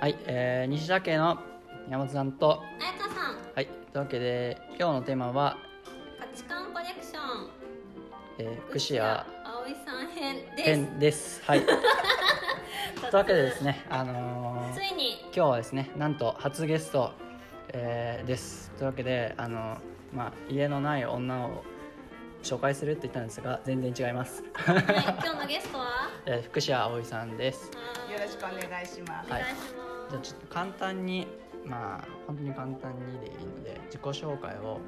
はい、えー、西田家の山本さんとあやかさんはいというわけで今日のテーマは、価値観コレクションえー、福祉や葵さん編です編ですはいというわけでですねあのーつい に今日はですねなんと初ゲスト、えーですというわけであのーまあ家のない女を紹介するって言ったんですが全然違います、はい、今日のゲストははえー、福祉葵さんですーいよろしくお願いしますお。願いしじゃあちょっと簡単にまあ本当に簡単にでいいので自己紹介を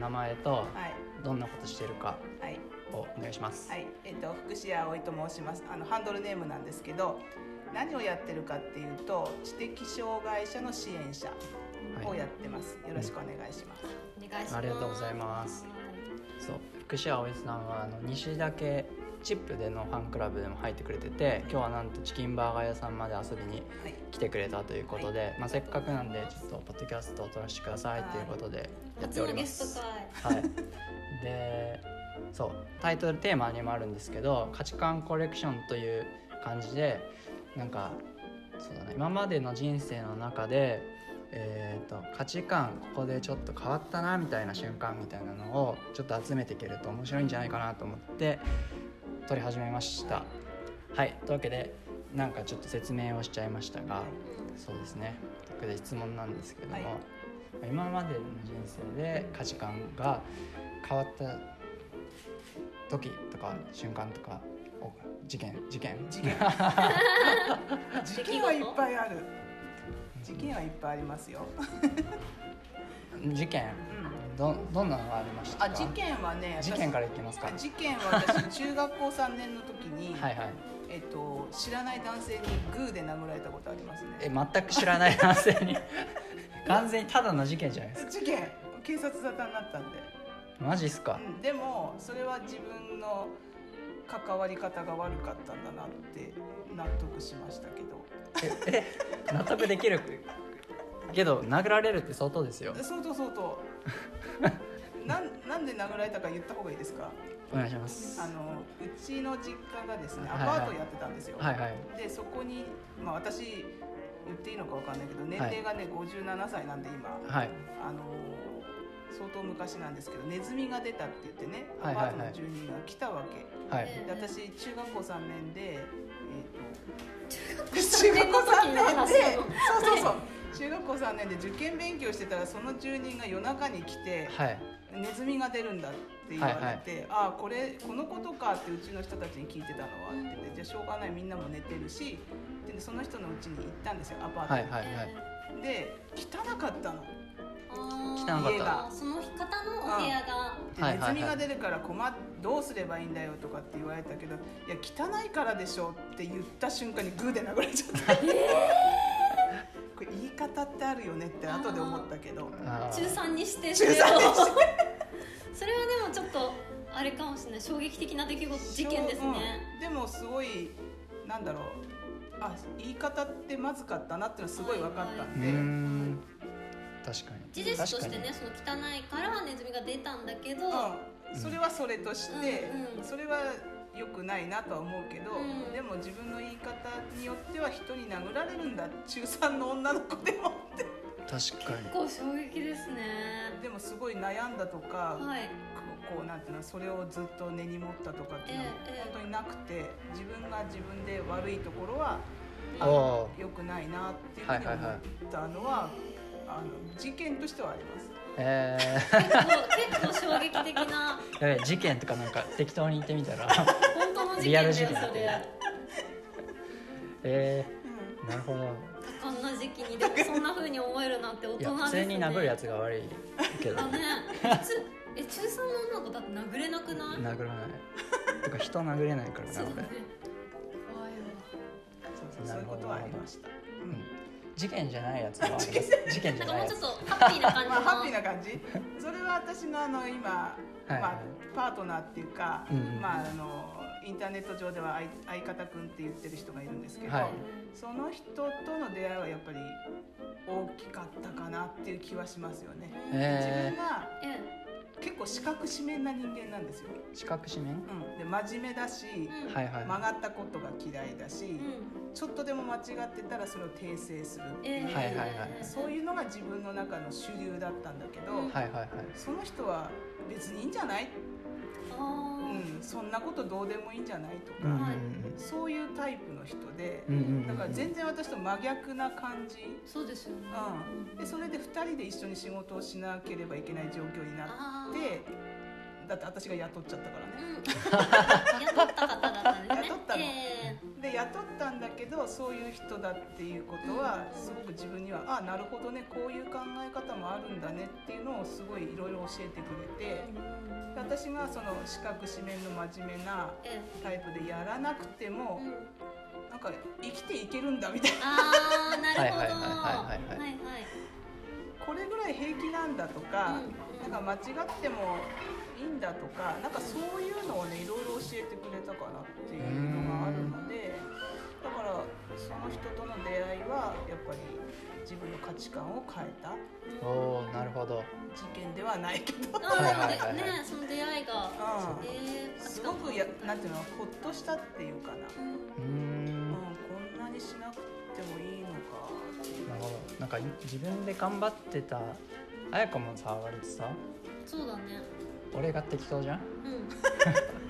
名前とはい、どんなことしてるかはい、をお願いします、はい、えっ、と、福祉葵と申します。あの、ハンドルネームなんですけど。何をやってるかっていうと、知的障害者の支援者をやってます。よろしくお願いします。ますお願いしますありがとうございますそう福祉葵さんはあの西岳チップでのファンクラブでも入ってくれてて今日はなんとチキンバーガー屋さんまで遊びに はい、来てくれたということで、まあ、せっかくなんでちょっとポッドキャストをお楽しみくださいということでやってお初のりゲまスすト会はいでそうタイトルテーマにもあるんですけど価値観コレクションという感じでなんかそうだね今までの人生の中で、えー、と価値観ここでちょっと変わったなみたいな瞬間みたいなのをちょっと集めていけると面白いんじゃないかなと思って撮り始めましたはいというわけでなんかちょっと説明をしちゃいましたがそうですねというわけで質問なんですけども、はい今までの人生で価値観が変わった時とか瞬間とかお事件事件事件。事件はいっぱいある。事件はいっぱいありますよ。事件うん。どどんなのがありましたかあ、事件はね。事件からいきますか私。あ事件は私、中学校三年の時に、 はいはいえっと、知らない男性にグーで殴られたことありますね。え全く知らない男性に 完全にただの事件じゃないですか事件警察沙汰になったんで、マジっすかうん、でもそれは自分の関わり方が悪かったんだなって納得しましたけどええ納得できるけど殴られるって相当ですよ相当相 当なんなんで殴られたか言った方がいいですかお願いしますあのうちの実家がですねはアいパはいートやってたんですよ、はいはいでそこに、まあ、私言っていいのかわかんないけど年齢がね、57歳なんで今はいあの相当昔なんですけどネズミが出たって言ってねはアいパはいはいートの住人が来たわけ、はいでうん私中学校3年で、えーと中学校3年の話中学校3年でそうそうそう中学校3年で受験勉強してたらその住人が夜中に来てはいネズミが出るんだって言われて、ああこれこのことかってうちの人たちに聞いてたのはって言ってじゃあしょうがないみんなも寝てるしでその人のうちに行ったんですよアパートはいに、はいはえいで汚かったのー汚かった家があその方のお部屋がではいはネいはいズミが出るから困っどうすればいいんだよとかって言われたけどいや汚いからでしょって言った瞬間にグーで殴られちゃ ったこれ言い方ってあるよねって後で思ったけどあー中3にして中3にして それはでもちょっとあれかもしれない衝撃的な出来事事件ですねうんでもすごいなんだろうあ言い方ってまずかったなっていうのはすごい分かったうんで、ーん確かに事実として確かねその汚いからネズミが出たんだけど、うん、それはそれとして、うんうんそれは良くないなとは思うけど、うんでも自分の言い方によっては人に殴られるんだ中3の女の子でもってに確かに結構衝撃ですねでもすごい悩んだとか、 はいこうなんていうのそれをずっと根に持ったとかっていうのはええええ本当になくて、自分が自分で悪いところはあお良くないなっていうふうに思ったのは,、あの事件としてはあります。え結構結構衝撃的なー、やべえ事件とかなんか適当に言ってみた ら本当の事件リアだルよ事そ件れだねえうんー、なるほどこんな時期にでもそんな風に思えるなんて大い人でやすね普通に殴るやつが悪いけどあね普通え中3の女の子だって殴れなくない殴らないとか人殴れないからそなう俺だね怖いわそうそうそういうことはありました。うん事件じゃないやつは事件じなゃんかないもうやちつょっとハッピーな感じのまあ、ハッピーな感じそれは私のあの今、はいまあ、パートナーっていうか、うんうんまあ、あのインターネット上では相相方君って言ってる人がいるんですけど、はいその人との出会いはやっぱり大きかったかなっていう気はしますよね。え自分がえ結構四角四面な人間なんですよ、四角四面、うん、で真面目だし、うんはいはい曲がったことが嫌いだし、うんちょっとでも間違ってたらそれを訂正するっていえーう、はいはいはいそういうのが自分の中の主流だったんだけど、うんはいはいはいその人は別にいいんじゃない、あうーん、そんなことどうでもいいんじゃないとうんうんか、はいそういうタイプの人でう、んうんうんうんだから全然私と真逆な感じ、そうですよねうん、でそれで2人で一緒に仕事をしなければいけない状況になっあーてだって私が雇っちゃったうんからね。雇った方だったんですね雇ったのえで雇ったんだけどそういう人だっていうことはすごく自分にはあなるほどねこういう考え方もあるんだねっていうのをすごいいろいろ教えてくれてーうんで私がその四角四面の真面目なえタイプでやらなくてーもうんなんか生きていけるんだみたいあーなるほどはいはいはいはいはいはいなこれぐらい平気なんだとはかいうんなんか間違ってもいいんだとかなんかそういうのをねいろいろ教えてくれたかなっていうのがあるのでだからその人との出会いはやっぱり自分の価値観を変えたうんおーなるほど事件ではないけあど、ーでもねねその出会いがうえーん、すごくやなんていうのほっとしたっていうかな、ううーんうんん、こんなにしなくてもいいのかっていうなるほどなんかい自分で頑張ってた綾子もさ割とさそうだね俺が適当じゃんうん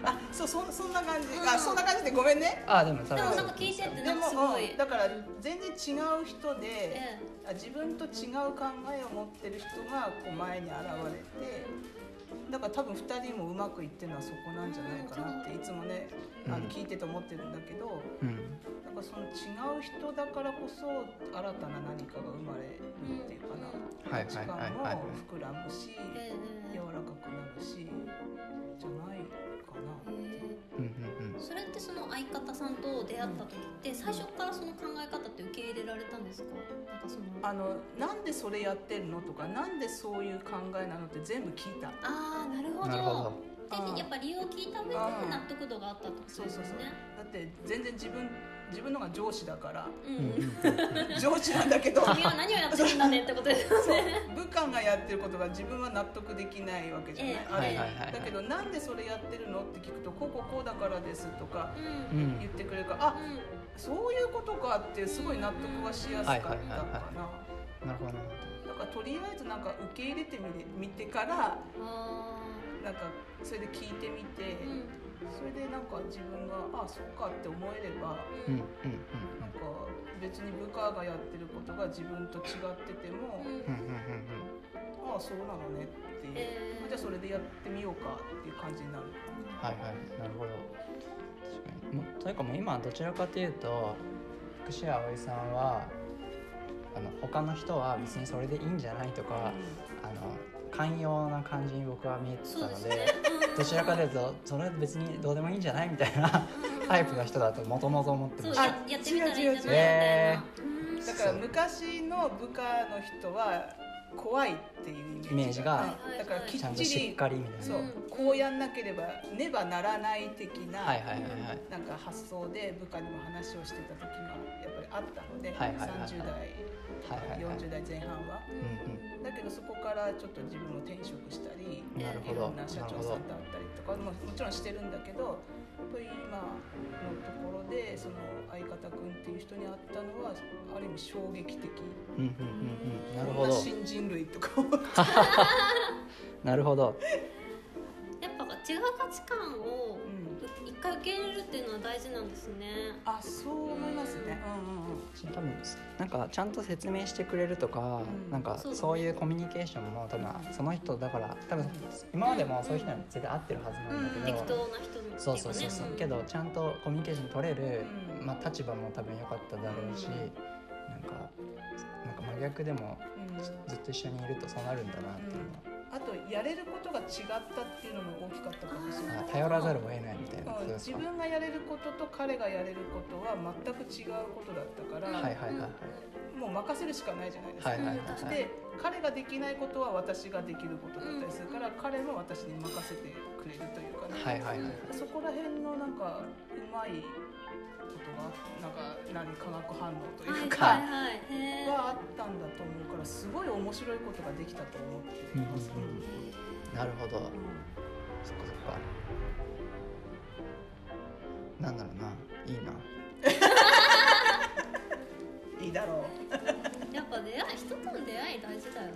あそうそんそんな感じ、うあんそんな感じでごめんねあーでも多で分もそうなんか聞いてってでなんもかすごういんだからうん全然違う人で、えあ自分と違う考えを持ってる人がこう前に現れてだから多分2人もうまくいってるのはそこなんじゃないかなっていつもねあうんの聞いてて思ってるんだけどうんだからその違う人だからこそ新たな何かが生まれるっていうかなはい時はい間はいもはい膨らむしえええ柔らかくなるしじゃないかな。えうんうんそれってその相方さんと出会った時って最初からその考え方って受け入れられたんですかなんかそのああのなんでそれやってるのとかなんでそういう考えなのって全部聞いた。あーなるほうんなどるほどうんでやっぱ理由を聞いた上でうん納得度があったってことそうですそうねそうだって全然自分自分のが上司だからうんうんうんうん上司なん だけどそう君は何をやってるんだねってことですよね部下がやってることが自分は納得できないわけじゃない、ええあれはいはいはいはいだけどなんでそれやってるのって聞くとこうこうこうだからですとかうんうんうん言ってくれるからうあんそういうことかってすごい納得はしやすかったかはいはいはいななるほどなるだからとりあえずなんか受け入れてみれ見てからあなんかそれで聞いてみてーうんそれでなんか自分があそうかって思えればほどうんううんんなんか別に部下がやってることが自分と違ってても、うんうんうんうんうんああそうなのねっていう、えーじゃあそれでやってみようかっていう感じになるはいはいなるほど確かにもうというかもう今どちらかというと福士葵さんはあの他の人は別にそれでいいんじゃないとかあの寛容な感じに僕は見えてたそうでのすでねうんどちらかというとそれは別にどうでもいいんじゃないみたいなタイプの人だともともと思ってそまうしやたあやってみたらいいんじゃないみた違う違うい違うなうんだから昔の部下の人は怖いっていうイメージイメージがうんだからきちゃんっとちしっりかりみたいなそううんこうやんなければねばならない的な、はいはいはいはいなんか発想で部下にも話をしてた時がやっぱりあったので、はいはいはいはい30はいはい代はい40代前半は。うんだけどそこからちょっと自分も転職したりなるほいどろんな社長さんと会ったりとかももちろんしてるんだけどやっぱり今のところでその相方君っていう人に会ったのはある意味衝撃的うんうんうんうんなるこほんなど新人類 とか思ってなるほどやっぱ違う価値観をうん一回受け入れるっていうのは大事なんですねあそう思いますね多分なんかちゃんと説明してくれるとか、うんなんかそうだねそういうコミュニケーションも多分その人だから多分今までもそういう人には絶対合ってるはずなんだけ適ど、当な人のそうそうそうそう、けどちゃんとコミュニケーション取れる、うんまあ、立場も多分良かっただろうし、うんなんかなんか真逆でもうんうんうんずっと一緒にいるとそうなるんだなっていうのは、あとやれることが違ったっていうのも大きかったかもしれないあ頼らざるを得ないみたいなことうんです自か、分がやれることと彼がやれることは全く違うことだったから、はいはいはいはいもう任せるしかないじゃないですか、はいはいはいうんはいで彼ができないことは私ができることだったりするから、彼も私に任せてくれるというかね、はいはいはいそこら辺のなんかうまいことがなんか何化学反応というか、はいはいはいへえがあったんだと思うからすごい面白いことができたと思ってます、うんうんうんへなるほどうそっかそっかなんだろうないいなうんいいだろんやっぱ出会い人との出会い大事だよね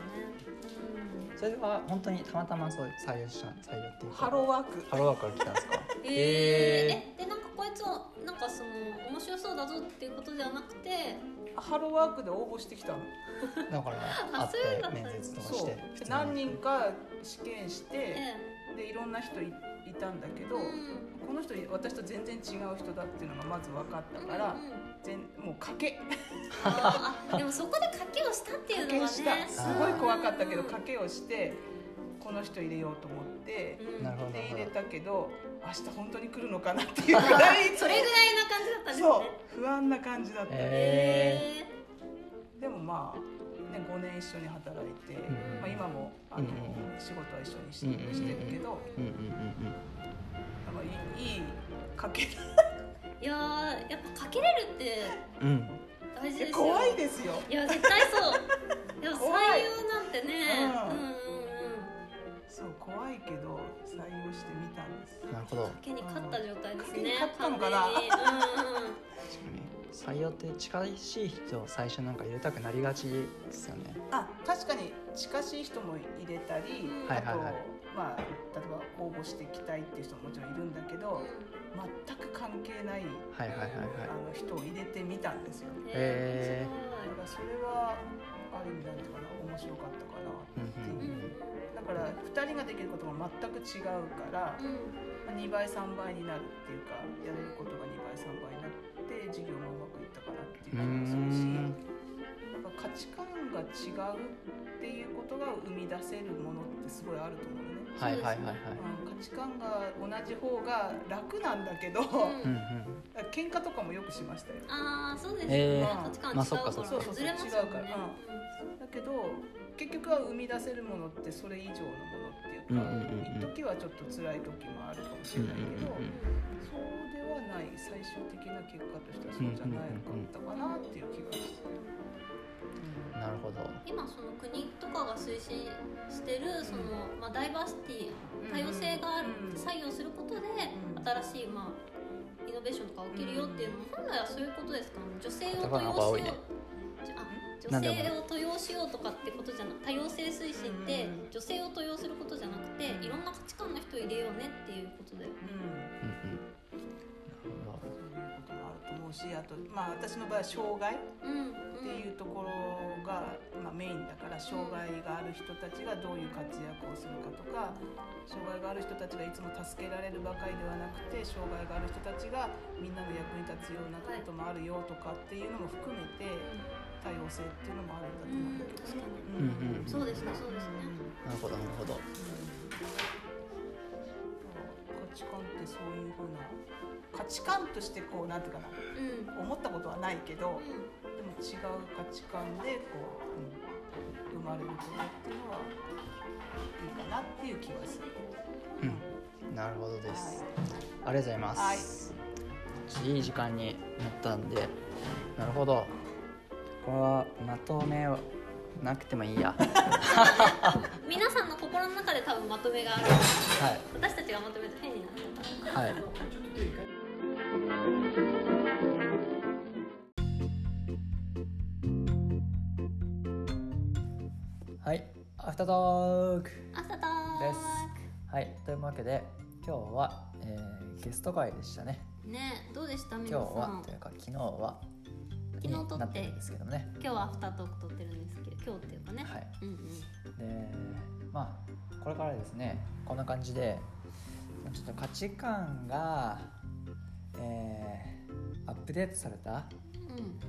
それは本当にたまたまそう採用した採用っていううかハローワークハローワークから来たんですかうんえー、えでなんかこいつはなんかその面白そうだぞっていうことではなくてハローワークで応募してきたのえーだからあそうい会うっのてだったんだ面接とかしそてう普通に何人か試験しえてえでいろんな人いいたんだけど、うんこの人私と全然違う人だっていうのがまず分かったからうん、うん全もう賭けあーあでもそこで賭けをしたっていうの賭がけねしたすごい怖かったけどうん賭けをしてこの人入れようと思ってうんなるほどで入れたけど明日本当に来るのかなっていうぐらい それぐらいな感じだったんですねそう不安な感じだった、えへでもまあ、ね、5年一緒に働いて、んまあ、今もあの、うんうん仕事は一緒にし,、うんうんうんしてるけどうんうんうんなんかいいいい賭けーいやーやっぱ賭けれるってうんうん大事ですよ怖いですよいや絶対 そうでも採用怖いなんてねううんんうんそう怖いけど採用してみたんですなるほどうん賭けに勝った状態ですね賭けに勝ったのかな完全確かにに採用って近しい人を最初なんか入れたくなりがちですよねあ確かに近しい人も入れたり、うんはいはいはいあとまあ例えば応募していきたいっていう人ももちろんいるんだけうんうどん全く関係ないはいはいはいはいあの人を入れてみたんですよねへだからそれはある意味なんていうかな面白かったかなうんうん面白いだから2人ができることが全く違うからうん2倍3倍になるっていうかやれることが2倍3倍になって事業もうまくいったかなっていううー感じもするしんやっぱ価値観が違うっていうことが生み出せるものってすごいあると思うよね。はいはいはいはいうん価値観が同じ方が楽なんだけど、ううんうんんうん喧嘩とかもよくしましたよああそうですへーね価値観違まあうそっかそかっからずれますよそうそうそう違うねからだけど結局は生み出せるものってそれ以上のものっていううんうんうか、んうん一時はちょっと辛い時もあるかもしうれんないけど、うんそうではない最終的な結果としてはそうじゃなかったかなっていう気がしうて、んなるほど今その国とかが推進してるその、まあ、ダイバーシティ多様性があるうん採用することでうん新しい、まあ、イノベーションとか起きるよっていうのも本来はそういうことですからね女性を頭の中多様しよ青ういねじゃあなん女でも性を多様しようとかってことじゃなく多様性推進ってうん女性を多様することじゃなくていろんな価値観の人を入れようねっていうことで。うんうんうんなるほそういうこともあると思うしあと、まあ、私の場合は障害うんうんっていうところが、まあ、メインだから障害がある人たちがどういう活躍をするかとか障害がある人たちがいつも助けられるばかりではなくて障害がある人たちがみんなの役に立つようなこともあるよとかっていうのも含めて多様性っていうのもあるんだうと思んううんうんうん確かにんだけどそうですねそうですねどなるほどなるほど価値観ってそういうふうな価値観としてこうなんていうかなうん思ったことはないけうんどでも違う価値観でこう、うん、生まれることっていうのはいいかなっていう気がする。うんなるほどですあはいりがとうございます、い、い時間になったんでなるほどこれはまとめはなくてもい いやは皆さんの心の中で多分まとめがある私たちがまとめると変になっちゃったいはいはいアフタートーク朝トークですはいというわけで今日は、えーゲスト会でしたねねどうでした皆さ今日んはというか昨日は昨日撮ってになってるんですけどもね今日はアフタートーク撮ってるんですけど今日っていうかね、はいうんうんでまあこれからですねこんな感じでちょっと価値観が、えーアップデートされたうん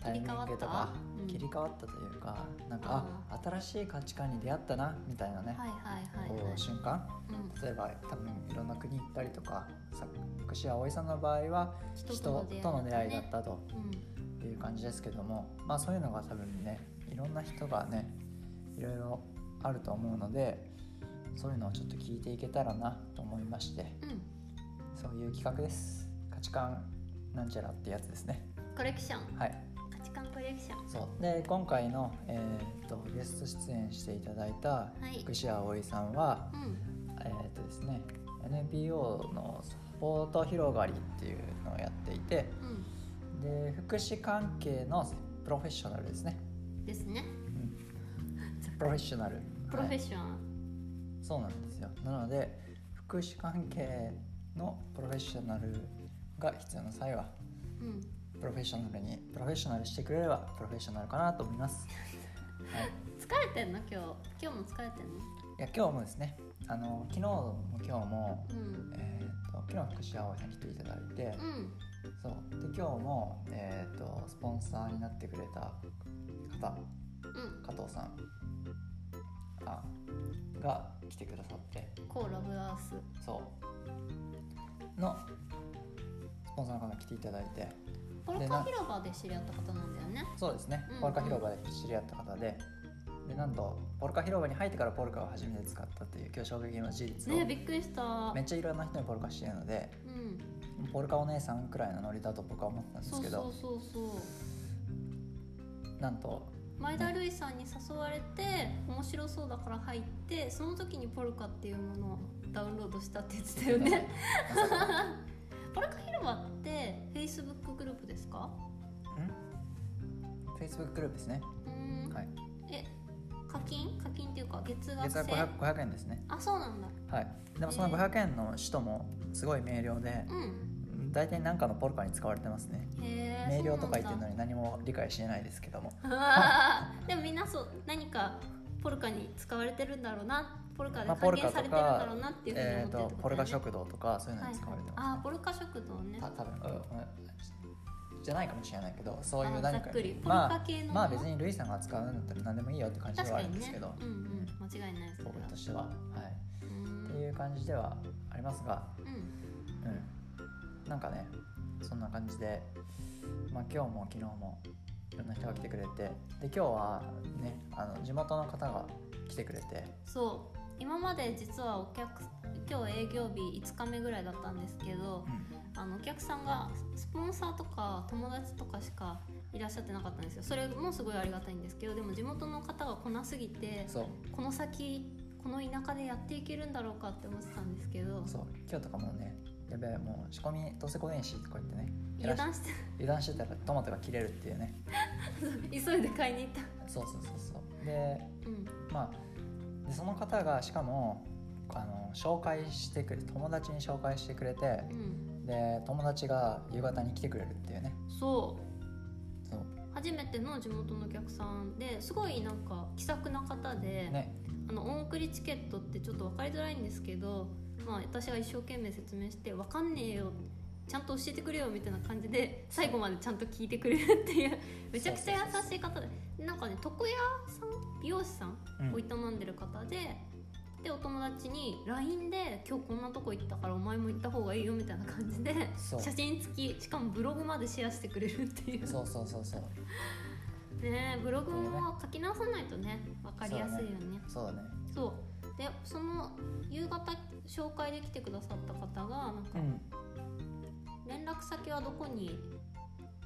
タイミング切り替わっとたかうん切り替わったというか、なんかあ新しい価値観に出会ったなみたいなね、はいはいはいこはいう瞬間うん例えば多分いろんな国行ったりとか作詞葵さんの場合は人との出会いだっねたという感じですけどもまあそういうのが多分ねいろんな人がねいろいろあると思うのでそういうのをちょっと聞いていけたらなと思いましてうん、うんそういう企画です価値観なんちゃらってやつですねコレクションはい価値チカンコレクションそうで今回の、えーっとゲスト出演していただいたはい福士葵さんは、うんえーっとですね NPO のサポート広がりっていうのをやっていてうで福祉関係のプロフェッショナルですね、んですね うん、プロフェッショナルプロフェはいッショナル、そうなんですよなので福祉関係のプロフェッショナルが必要な際はうんプロフェッショナルにプロフェッショナルしてくれればプロフェッショナルかなと思い ます、はい、疲れてんの今日今日も疲れてんのいや今日もですねあの昨日も今日も、うんえー、と昨日福士葵さん来ていただいて、うんそうで今日も、えー、とスポンサーになってくれた方う加藤さんあが来てくださってんコーラブアースそうのスポンサーの方が来ていただいてポルでカな広場で知り合った方なんだよねそうですねうんポルカ広場で知り合った方で。でなんとポルカ広場に入ってからポルカを初めて使ったっていう今日衝撃の事実をねびっくりしためっちゃいろんな人にポルカしてるのでうんポルカお姉さんくらいのノリだと僕は思ってたんですそうけどそうそうそうなんと前田瑠唯さんに誘われて面白そうだから入ってその時にポルカっていうものをダウンロードしたって言ってたよねまさか ポルカ広場ってフェイスブックグループですかフェイスブックグループですね、うーん、はい、え課金課金っていうか月額月制額 500, 500円ですね、あそうなんだはい、でもその500円の使途もすごい明瞭でうん大体何かのポルカに使われてますねへえ明瞭とか言ってるのにに何も理解してないですけども でもみんなそう何かポルカに使われてるんだろうなポルカでまあ還元されてるんだろうなっていうふうにえ思っーてるっとてこポとルだカよね食堂とかそういうのはいに使われてます、あーポルカ食堂ねた多分、うんうんじゃないかもしれないけどそういうあ何ざかっくりまポルあカ系のねまあ別にルイさんが使うんだったら何でもいいよって感じで確はかあるんにですねけどうんうん間違いないです僕としては、はうい、んっていう感じではありますが、うんうん、なんかねそんな感じで、まあ、今日も昨日もいろんな人が来てくれてで今日はねあの地元の方が来てくれてそう今まで実はお客今日営業日5日目ぐらいだったんですけど、うんあのお客さんがスポンサーとか友達とかしかいらっしゃってなかったんですよそれもすごいありがたいんですけどでも地元の方が来なすぎてそうこの先この田舎でやっていけるんだろうかって思ってたんですけどそう今日とかもねやべえもう仕込みどうせ来ねえしとか言ってね油断して油断してたらトマトが切れるっていうね急いで買いに行っそうそうそうそうでた、うん、まあでその方がしかもあの紹介してくれ友達に紹介してくれてうん、で友達が夕方に来てくれるっていうねそうそう初めての地元のお客さんですごいなんか気さくな方で、ねあのお送りチケットってちょっと分かりづらいんですけど、まあ、私が一生懸命説明して「分かんねえよちゃんと教えてくれよ」みたいな感じで最後までちゃんと聞いてくれるっていうめちゃくちゃ優しい方でなんかね床屋さん美容師さんうんを営んでる方で。でお友達に LINE で「今日こんなとこ行ったからお前も行った方がいいよ」みたいな感じでそう写真付きしかもブログまでシェアしてくれるっていうそうそうそうそうねブログも書き直さないとね分かりやすいよねそうだねそうでその夕方紹介で来てくださった方がなんかうん連絡先はどこに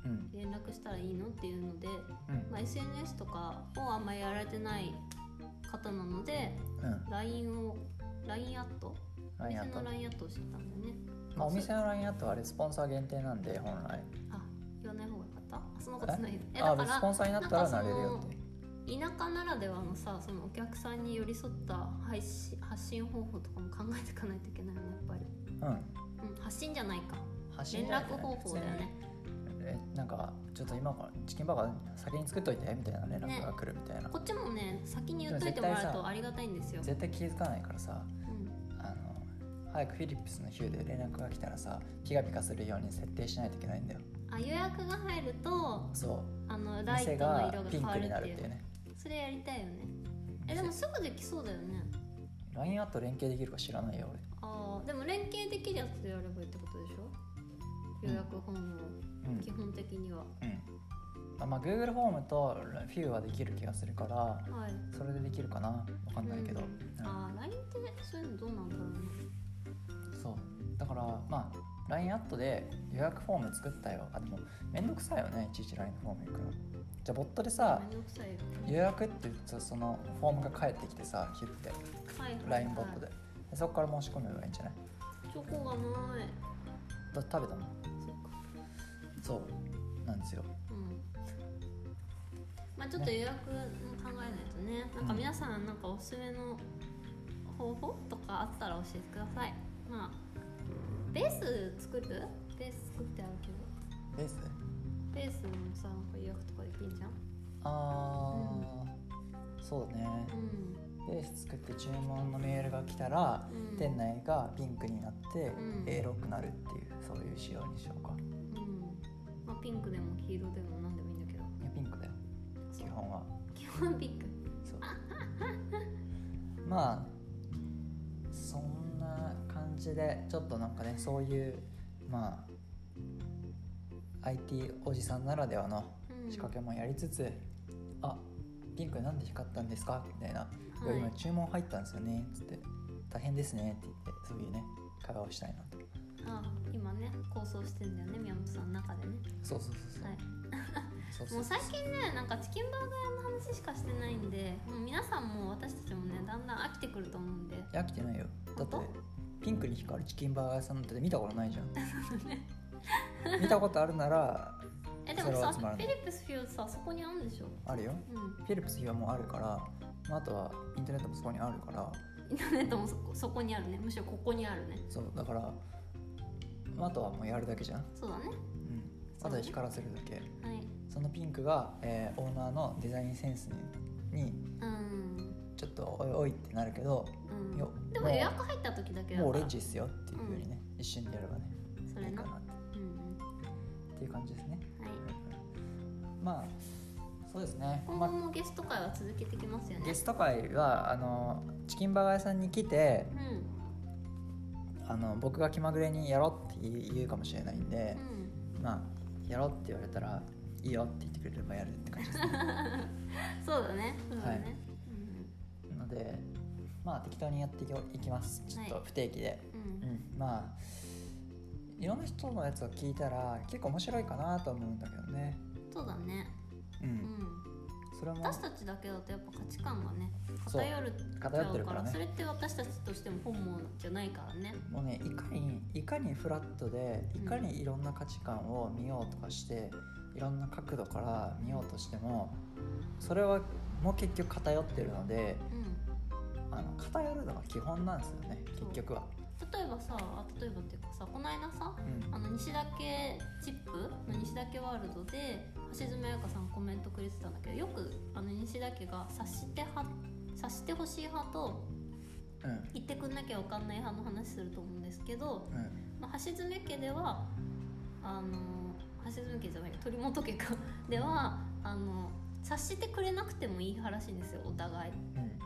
うん連絡したらいいのっていうので、うんまあ、SNS とかをあんまりやられてない方なのでうん LINE を LINE アットお LINE ア店ットの LINE アットをしてたんだよねまあお店の LINE アットはあれスポンサー限定なんで本来あ言わない方がよかったあそんなことないよえあだ別にスポかンサーになったらなれるよってら田舎ならではのさそのお客さんに寄り添った配信発信方法とかも考えていかないといけないよねやっぱり、うんうん、発信じゃないか発信連じゃない絡方法だよね普通にえなんかちょっと今からチキンバーガー先に作っといてみたいな連絡が来るみたいな、こっちもね先に言っといてもらうとありがたいんですよ、絶対気づかないからさうん、あの早くフィリップスのヒューで連絡が来たらさピカピカするように設定しないといけないんだよあ予約が入るとそあのうライ店トの色ががピ変ンわクるになっるていっうていうねそれやりたいよねえでもすぐできそうだよね LINE アット連携できるか知らないよあーでも連携できるやつでやればいいってことでしょうん予約本を俺うん基本的には、うんあまあ Google フォームとフィーはできる気がするからはいそれでできるかなわかんないけど、うんうんあー LINE ってそういうのどうなんだろうねそうだからまあ LINE アットで予約フォーム作ったよあでもめんどくさいよねいちいち LINE フォーム行くのじゃあボットでさめんどくさいよ予約って言ってそのフォームが返ってきてさヒュッてはいはいはい LINE ボットででそこから申し込めばいいんじゃないチョコがないだ食べたのそっかそうなんですようんまあちょっと予約考えないとねなんか皆さんなんかおすすめの方法とかあったら教えてくださいまあベース作るベース作ってあるけどベースベースもさなんか予約とかできんじゃんあー、そうだねうベース作って注文のメールが来たらん、うん、店内がピンクになってんエロくなるっていうそういう仕様にしようかうんまあ、ピンクでも黄色でも何でもいいんだけどいやピンクだよ基本は基本ピンクそう まあそんな感じでちょっとなんかねそういうまあ IT おじさんならではのうん仕掛けもやりつつ「あピンクなんで光ったんですか?」みたいな「いやはい今注文入ったんですよね」つって「大変ですね」って言ってそういうね会話をしたいなとあ今ね構想してんだよね宮本さんの中でねそうそうそうそう、はいそうそもうう最近ねなんかチキンバーガーの話しかしてないんでもう皆さんも私たちもねだんだん飽きてくると思うんでいや飽きてないよだって本ピンクに光るチキンバーガー屋さんなんて見たことないじ ゃん 見たことあるならえでもそれはさつフまらないィリップスフィールドさそこにあるんでしょあるようんフィリップスはもうあるから、まあ、あとはインターネットもそこにあるからインターネットもそこそこにあるねむしろここにあるねそうだから、まあ、あとはもうやるだけじゃん、そうだねうん、あとは光らせるだけはいそのピンクが、えーオーナーのデザインセンスににうんちょっとおいおいってなるけどうんよでももう予約入った時だけだからもうオレンジですよっていうふうにね、一瞬でやればねそいれいなかうなってんうんはっていう感じですね、いうんまあそうですね、今ま後あ、もゲスト会は続けてきますよねゲスト会はあのチキンバーガー屋さんに来てうんあの僕が気まぐれにやろうって言う言うかもしれないんでう、んまあやろうって言われたらいいよって言ってくれればやるって感じです ねそうだね。そうだね。はいうんなのでまあ適当にやっていきいきますちょっはとい不定期で、うんうんまあいろんな人のやつを聞いたら結構面白いかなと思うんだけどねそうだね。うん、うん。それも私たちだけだとやっぱ価値観がねそう偏る偏ってるからそれねって私たちとしても本望じゃないからね。もうねいかにいかにフラットでいかにいろんな価値観を見ようとかして、いろんな角度から見ようとしてもそれはもう結局偏ってるのでうん。あの偏るのが基本なんですよねそう結局は。例えばさ、あ例えばっていうかさ、この間さ。うんあの西岳チップの西岳ワールドで橋爪彩香さんコメントくれてたんだけどよくあの西岳が察して派察してほしい派とうん言ってくんなきゃわかんない派の話すると思うんですけど、うんまあ、橋爪家ではあの橋爪家じゃない鳥本家か ではあの察してくれなくてもいい派らしいんですよお互いうん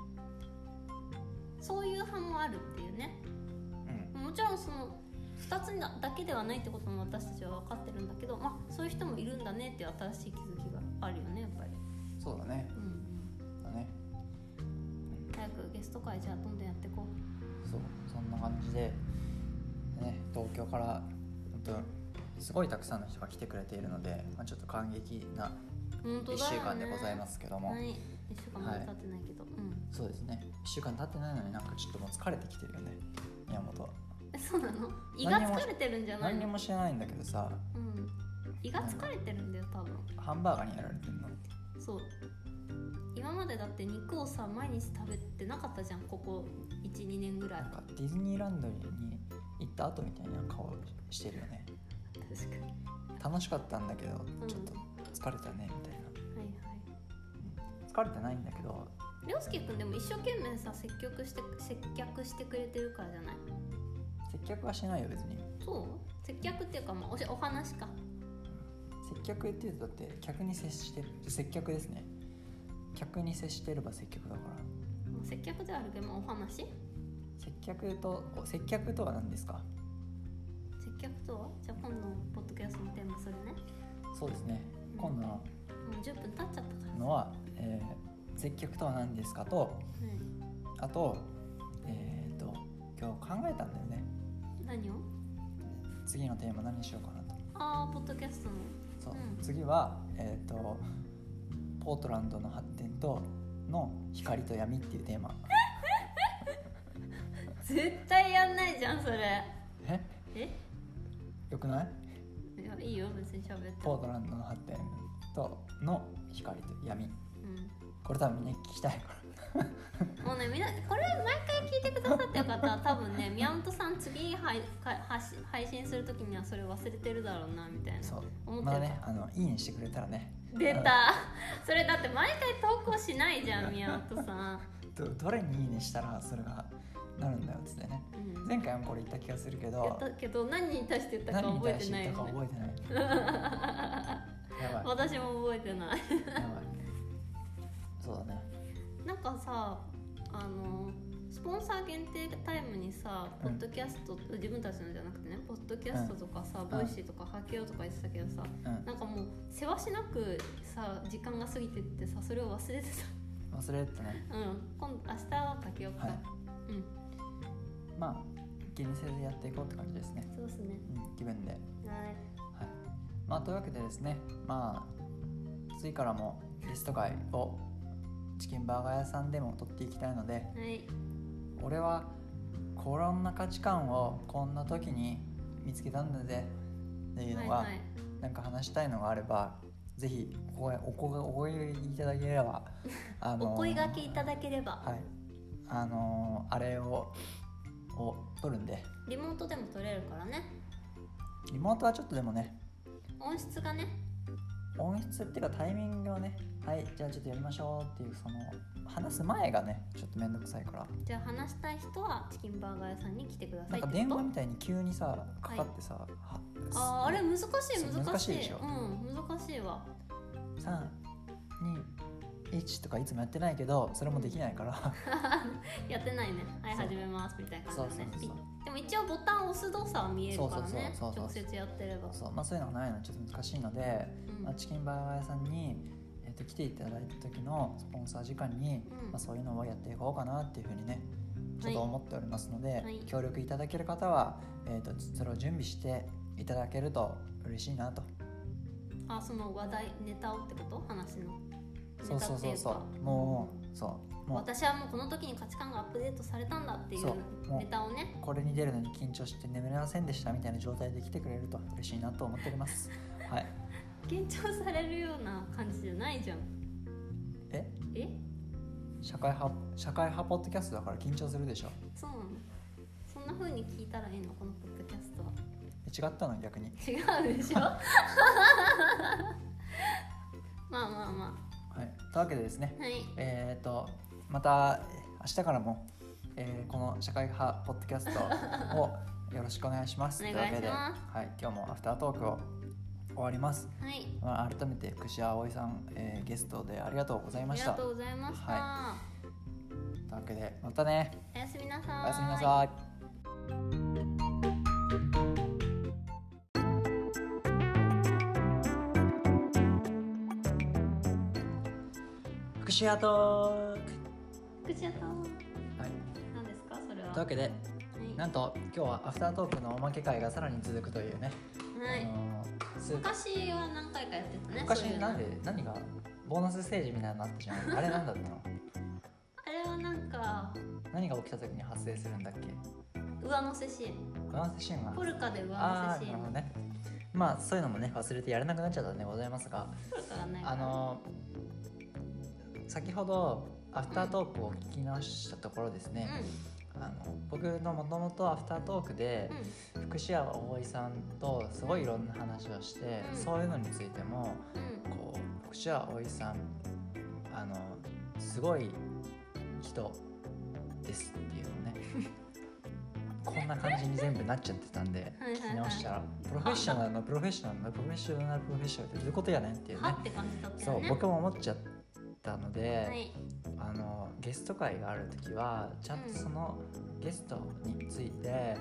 そういう派もあるっていうねうんもちろんその2つだだけではないってことも私たちは分かってるんだけど、まあ、そういう人もいるんだねっていう新しい気づきがあるよねやっぱり、そうだねうん、だね早くゲスト会じゃあどんどんやっていこうそうそんな感じで、ね、東京から本当すごいたくさんの人が来てくれているので、まあ、ちょっと感激な本当1だよ、ね、週間でございますけども、はい1週間まだ経ってないけど、うんそうですね1週間経ってないのになんかちょっともう疲れてきてるよね宮本はえそうなの胃何がにも疲れてるんじゃない何にのもしてないんだけどさうん、胃が疲れてるんだよ多分ハンバーガーにやられてるのそう今までだって肉をさ毎日食べてなかったじゃんここ12年ぐらいなんかディズニーランドに行った後みたいな顔してるよね確かには楽しかったんだけどんちょっと疲れたねみたいないはい疲れてないんだけど涼介くんでも一生懸命さ接客して接客してくれてるからじゃない接客はしないよ別にそう接客っていうか、まあ、おしお話か接客っていうとだって客に接して接客ですね客に接してれば接客だからまあ接客ではあるけど、まあ、お話接接客とお接客とは何ですか客とはじゃあ今度のポッドキャストのテーマそれねそうですねうん今度のもう10分経っちゃったからのは、えー接客とは何ですかとうんあとえっ、と今日考えたんだよね何を次のテーマ何にしようかなとああポッドキャストのそう、うん次はえっ、とポートランドの発展との光と闇っていうテーマ絶対やんないじゃんそれええよくないいやいいよ別に喋ってポートランドの発展との光と闇うんこれ多分みんな聞きたいからもうねみんなこれ毎回聞いてくださった方は多 分ね宮本さん次配か発信配信する時にはそれ忘れてるだろうなみたいなそう思まっだてるねあのいいねしてくれたらね出た それだって毎回投稿しないじゃん宮本さん、どどれにいいねしたらそれがなるんだよっつってねうん、前回もこれ言った気がするけやっどたけど何に対して言ったか何に覚え対しててな言いったかよね覚えてないやばい私も覚えてないやばいそうだねなんかさあのスポンサー限定タイムにさポッドキャスト、自分たちのじゃなくてねポッドキャストとかさ、ボイシーとかハケよとか言ってたけどさ、うんなんかもう世話しなくさ時間が過ぎてってさそれを忘れて忘れてたねた うん今度明日はかけようか、はいうんまあ気にせずやっていこうって感じですね、そうですねうん、気分ではいはい、まあというわけでですねまあ次からもゲスト会をチキンバーガー屋さんでも取っていきたいのではい俺はこんな価値観をこんな時に見つけたんだぜっていうのが、はいはいなんか話したいのがあればぜひここへお声お声いただければあお声がけいただければはいあのーあれをを取るんでリモートでも撮れるからねリモートはちょっとでもね音質がね音質っていうかタイミングをねはいじゃあちょっとやりましょうっていうその話す前がねちょっと面倒くさいからじゃあ話したい人はチキンバーガー屋さんに来てくださないんかってこと電話みたいに急にさかかってさ、はあーあれ難しいそう難し難しいいでしょうん難しいわ 321とかいつもやってないけどそれもできないから、やってないねはいそう始めますみたいなそう感じそだうそねうピッでも一応ボタンを押す動作は見えるからそねうそうそうそう直接やってれば、そうまあそういうのがないのはちょっと難しいので、うんまあ、チキンバーガー屋さんに、えー、と来ていただいた時のスポンサー時間に、うんまあ、そういうのをやっていこうかなっていうふうにねちょっとはい思っておりますので、はい協力いただける方は、えー、とそれを準備していただけると嬉しいなとあその話題ネタをってこと話のそうそうそうそネタっていうかもうそうも私はもうこの時に価値観がアップデートされたんだっていうそうもうネタをね うこれに出るのに緊張して眠れませんでしたみたいな状態で来てくれると嬉しいなと思っており ます。はい、緊張されるような感じじゃないじゃんええ社会派社会派ポッドキャストだから緊張するでしょそうなのそんな風に聞いたらいいのこのポッドキャストは違ったの逆に違うでしょ まあまあまはいというわけでですねあはいえっ、とまた明日からも、えーこの社会派ポッドキャストをよろしくお願いします お願いというわけで、しはますい、今日もアフタートークを終わります、はいまあ、改めて串谷葵さん、えーゲストでありがとうございあまりしがたととういございました、はうわけでまたねおやすみなさーいおやすみなさい福祉アトーク口やったはい、何ですかそれはというわけではなんと今日はアフタートークのおまけ会がさらに続くというね、い、はいあのす昔は何回かやってたね昔そういうのなんで何がボーナスステージみたいなのあったじゃ んあれなんだったのあれはなんか何が起きた時に発生するんだっけ上乗せ支援ボーナスシーンがポルカで上あ乗あせー支なるほど援ねまあそういうのもね忘れてやれなくなっちゃったんでございますがポルカがないからあの先ほどアフタートークを聞き直したところですうんね、あの僕のもともとアフタートークで、う福祉屋葵さんとすごいいろんな話をして、うんそういうのについてもんうんこう福祉屋葵さんあのすごい人ですっていうのね こんな感じに全部なっちゃってたんではいはいはい聞き直したらプロフェッショナルのプロフェッショナルのプロフェッショナルプロフェッショナルってどういうことやねんっていうはねって感じだったそようね僕も思っちゃったので、はいあのゲスト会がある時はちゃんとそのゲストについて、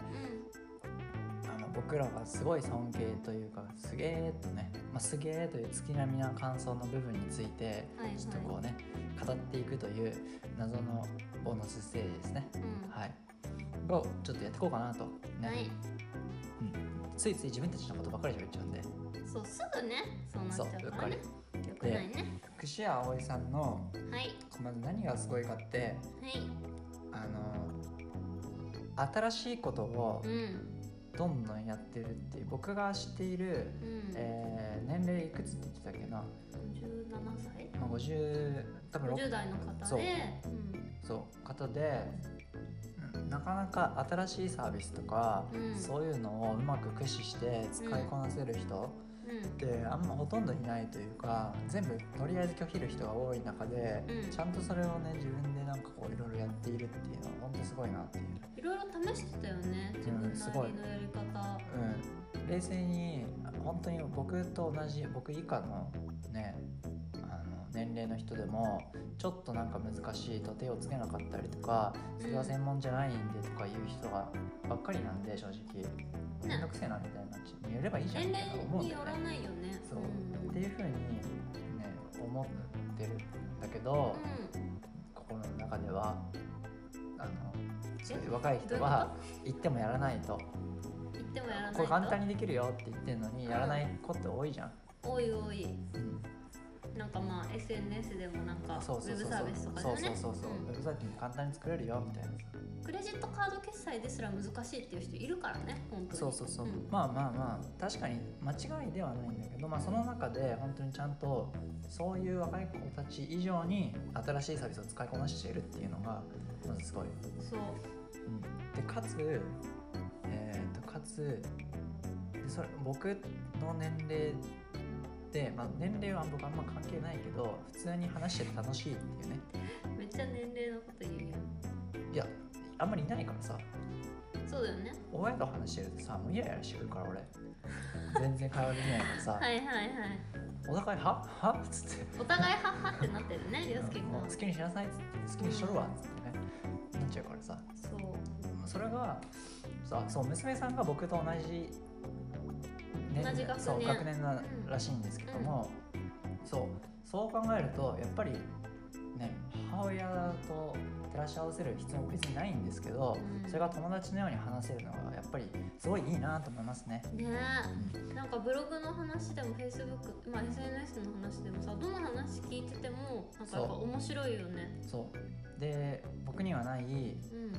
うあの僕らがすごい尊敬というかすげえとね、まあ、すげえという月並みな感想の部分についてはいはいちょっとこうね、語っていくという謎のボーナスステージですね、んうんはい、をちょっとやっていこうかなと、ねはういん、ついつい自分たちのことばっかり喋っちゃうんでそうすぐねそうなっちそゃうううっかからりねくないね串谷葵さんのはいはいまず何がすごいかってあの新しいことをうんどんどんやってるっていう僕が知っている、うん、えー年齢いくつって言ってたっけな、 57歳まあ、50多分50 6代の方でそううんそう方でうんなかなか新しいサービスとか、うんそういうのをうまく駆使して使いこなせる人ってあんまほとんどいないというか全部とりあえず拒否る人が多い中で、うんちゃんとそれをね自分でなんかこういろいろやっているっていうのは本当すごいなっていう。うん、いろいろ試してたよね自分すなごいりのやり方うん、冷静に本当に僕と同じ僕以下のねあの年齢の人でもちょっとなんか難しいと手をつけなかったりとかそれは専門じゃないんでとかいう人がばっかりなんで正直めんどくせえなみたいになっちゃうやればいいじゃん年みたいな思うん齢にだよよらねないよねそううんっていうふうにね思ってるんだけどうん心の中ではあのそういう若い人は言ってもやらないと。言ってもやらないとこれ簡単にできるよって言ってんのにやらないこと多いじゃん、おいおいうん、なんかまあ SNS でもなんかウェそうそうブそうサそうービスとかでそもうねそうそうそうウェブサイトに簡単に作れるよみたいなうんクレジットカード決済ですら難しいっていう人いるからね本当にそうそうそう、んまあまあまあ確かに間違いではないんだけど、まあ、その中で本当にちゃんとそういう若い子たち以上に新しいサービスを使いこなしているっていうのがまずすごい、そううん、でかつえっ、とかつでそれ僕の年齢で、まあ、年齢は僕あんま関係ないけど普通に話してて楽しいっていうねめっちゃ年齢のこと言うよいやあんまりいないからさそうだよね親と話してるとさもうイライラしてくるから俺全然会話できないからさ、はいはいはいお互い「ははっつってお互いはっはってなってるね涼介「君もうは好きにしなさい」っつって「好きにしとるわ」っつってねなっちゃうからさそうそれがさそう娘さんが僕と同じ、ね同じ学年そう学年なうんらしいんですけども、そうそう考えるとやっぱりね母親と照らし合わせる必要も別にないんですけど、うんそれが友達のように話せるのがやっぱりすごいいいなと思いますね。ねえなんかブログの話でも Facebook、まあ、SNS の話でもさどの話聞いててもなんかやっぱそう面白いよねそうで僕にはないうん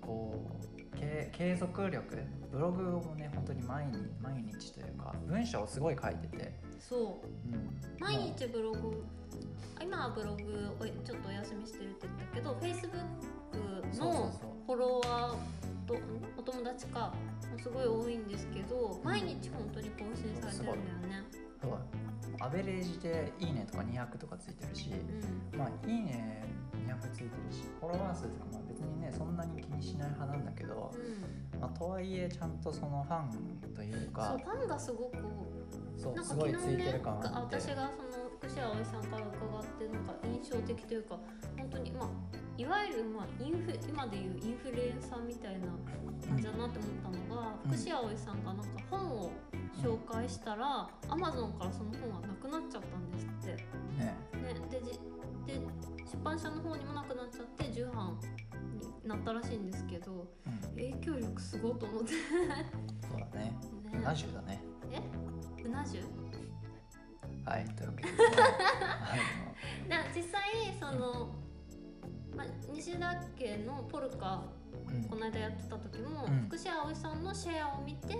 こうけ継続力ブログもね本当に毎日毎日というか文章をすごい書いてて、そううん、毎もう日ブログあ今はブログをちょっとお休みしてるって言ったけどそうそ Facebook うのそうフォロワーとんお友達かすごい多いんですけど毎日本当に更新されてるんだよねそうアベレージで「いいね」とか200とかついてるし、うんまあ「いいね」200ついてるしフォロワー数とかまあ別にねそんなに気にしない派なんだけど、うんまあ、とはいえちゃんとそのファンというそかうファンがすごくそうなんすかご昨い日ついてねる感があって私がその福士葵さんから伺ってなんか印象的というか本当にまあいわゆるまあインフ今でいうインフルエンサーみたいな感じだなって思ったのが、うん福士葵さんがなんか本を紹介したら、Amazon からその本がなくなっちゃったんですって。ねね、でじで出版社の方にもなくなっちゃって重版になったらしいんですけどうん影響力すごいと思ってね。そうだねうな重だねうな重はいというわけで、ねだから実際その、まあ、西田家のポルカあのうんこの間やってた時も、うん福士葵さんのシェアを見て、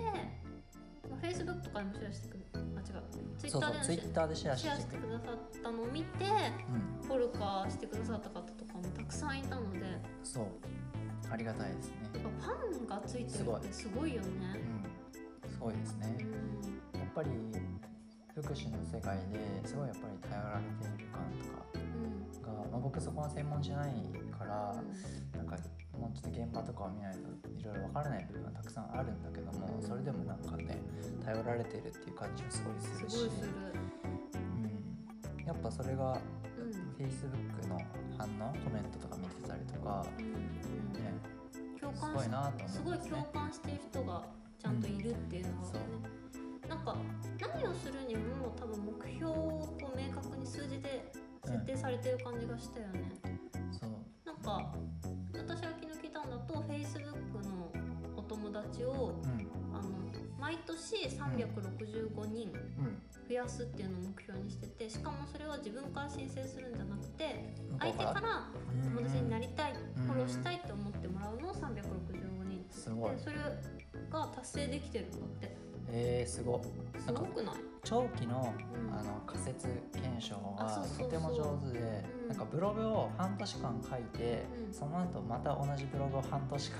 まあ、Facebook とかにもシェアしてくるあ違うそうそう Twitter でのツシイッターでシェェアアシェアししててくる、くださったのを見てうん、ポルカしてくださった方とかもたくさんいたのでやっそうありがたいですね、ぱファンがついてるってすごいよね。うん、すごいですうねんやっぱり福祉の世界ですごいやっぱり頼られている感うんとかが、まあ、僕そこは専門じゃないからなんかもうちょっと現場とかを見ないといろいろ分からない部分がたくさんあるんだけどもそれでもなんかね頼られているっていう感じはすごいすするごいしする、うん、やっぱそれがうん Facebook の反応コメントとか見てたりとか、うんうんね、共す感ごしいなとす思ごいますい共ね。感してる人がちゃんといるっていうのがね、なんか何をするにも多分目標をこう明確に数字で設定されてる感じがしたよね、そうなんか私が昨日聞いたんだと Facebook のお友達をうんあの毎年365人うん増やすっていうのを目標にしててしかもそれは自分から申請するんじゃなくて向こ相う手からら友達になりたいんフォローしたいって思ってもらうのを365人すごいでそれが達成できてるのってえー、すごっすなんごかくない長期のうんあの仮説検証あがそうそうそうとても上手でうんなんかブログを半年間書いてうんその後また同じブログを半年間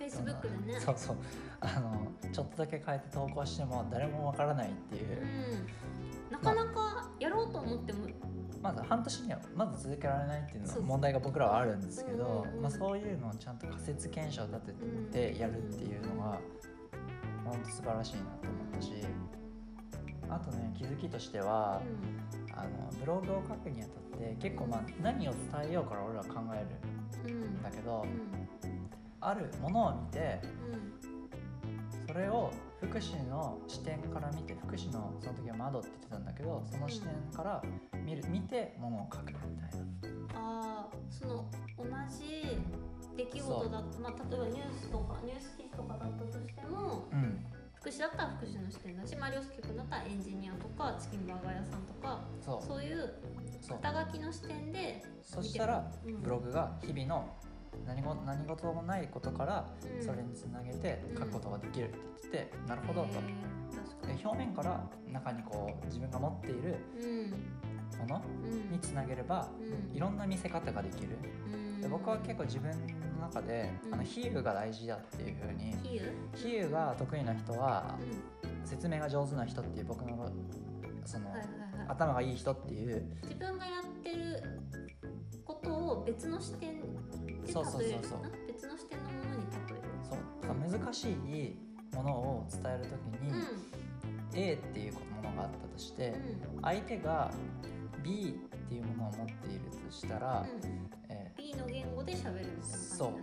Facebook で ねそうそうあのちょっとだけ変えて投稿しても誰もわからないっていううんなかなかやろうと思ってもまず半年にはまず続けられないっていうのそがうそう問題が僕らはあるんですけどうんうんうんまあそういうのをちゃんと仮説検証立ててやるっていうのが本当素晴らしいなと思ったしあとね気づきとしてはうあのブログを書くにあたって結構まあ何を伝えようから俺ら考えんうんるんだけどうんあるものを見てうんそれを福祉の視点から見て福祉のその時は窓って言ってたんだけどその視点から見る見てものを書くみたいなああその同じ出来事だった、まあ、例えばニュースとかニュース記事とかだったとしてもうん福祉だったら福祉の視点だしまあ涼介君だったらエンジニアとかチキンバーガー屋さんとかそうそういうそう肩書きの視点で、そしたらうんブログが日々の何ご何事もないことからうんそれにつなげて書くことができるって言っててなるほどとへー確かで表面から中にこう自分が持っているにうんものうんにつなげればうんいろんな見せ方ができるうんで僕は結構自分の中でうんあの比喩が大事だっていう風に比喩比喩が得意な人はうん説明が上手な人っていう僕のそのはいはいはい頭がいい人っていう自分がやってることを別の視点で例えるそうそうそうそうな別の視点のものに例えるそうだから難しいものを伝える時に、A っていうものがあったとしてうんうん相手が B っていうものを持っているとしたら、うんえ B の言語で喋るみたいな感じだね。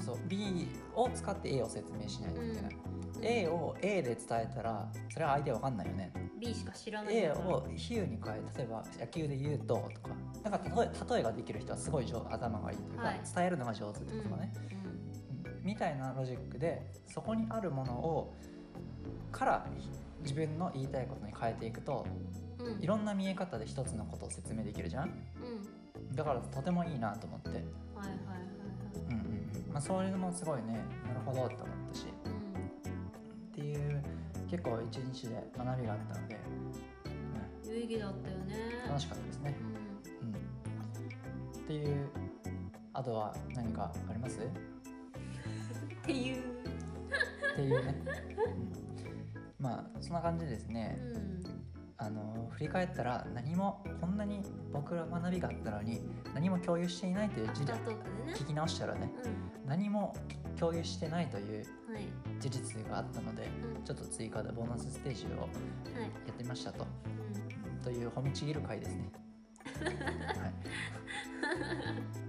ーそう B を使って A を説明しないといけない、うん A を A で伝えたらそれは相手わかんないよね、 B しか知らない。 A を比喩に変え例えば野球で言うととかなんか例え例えができる人はすごい上頭がいいというか、はい伝えるのが上手ってうことだね、んうんみたいなロジックでそこにあるものをから自分の言いたいことに変えていくとうんうんいろんな見え方で一つのことを説明できるじゃんうんだからとてもいいなと思って、はいはいはいはい。うんうんうんまあ、そういうのもすごいねなるほどって思ったしっていう結構一日で学びがあったので、うん有意義だったよね。うん、楽しかったですね、うん、っていうあとは何かありますうんっていう。っていうね、うん、まあそんな感じでですうね、んあの振り返ったら何もこんなに僕ら学びがあったのに何も共有していないというア事フタ実ートークでね。聞き直したらね何も共有してないといううんはい事実があったのでうんちょっと追加でボーナスステージをはいやってみましたとうんという褒めちぎる回ですね。はい、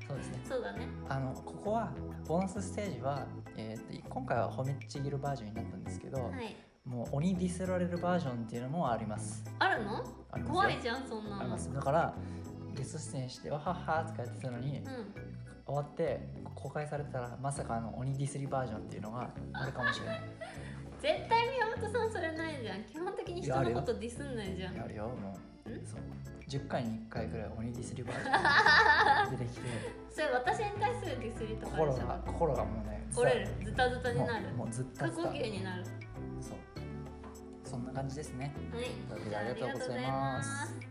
そうですねそうだね。あのここはボーナスステージは、えーと今回は褒めちぎるバージョンになったんですけど、はい。もう鬼ディスられるバージョンっていうのもあります。あるの？ありますよ怖いじゃんそんなありの。うまんすだからゲスト出演してわはっはとかやってたのに、終わって公開されたらまさかあの鬼ディスリバージョンっていうのがあるかもしれない絶対宮本さんそれないじゃん。基本的に人いやあのるよことディスんないじゃん。やるよもんうそう10回に1回ぐらい鬼ディスリバージ ョン出てきてそれ私に対するディスりとかで心しょが。心がもうね折れる。ズタズタずっとになる。もうもうずっと過ずっと呼吸になる。そうそんな感じですねはいというわ、けじでゃああありりががととううごござざいいまますす。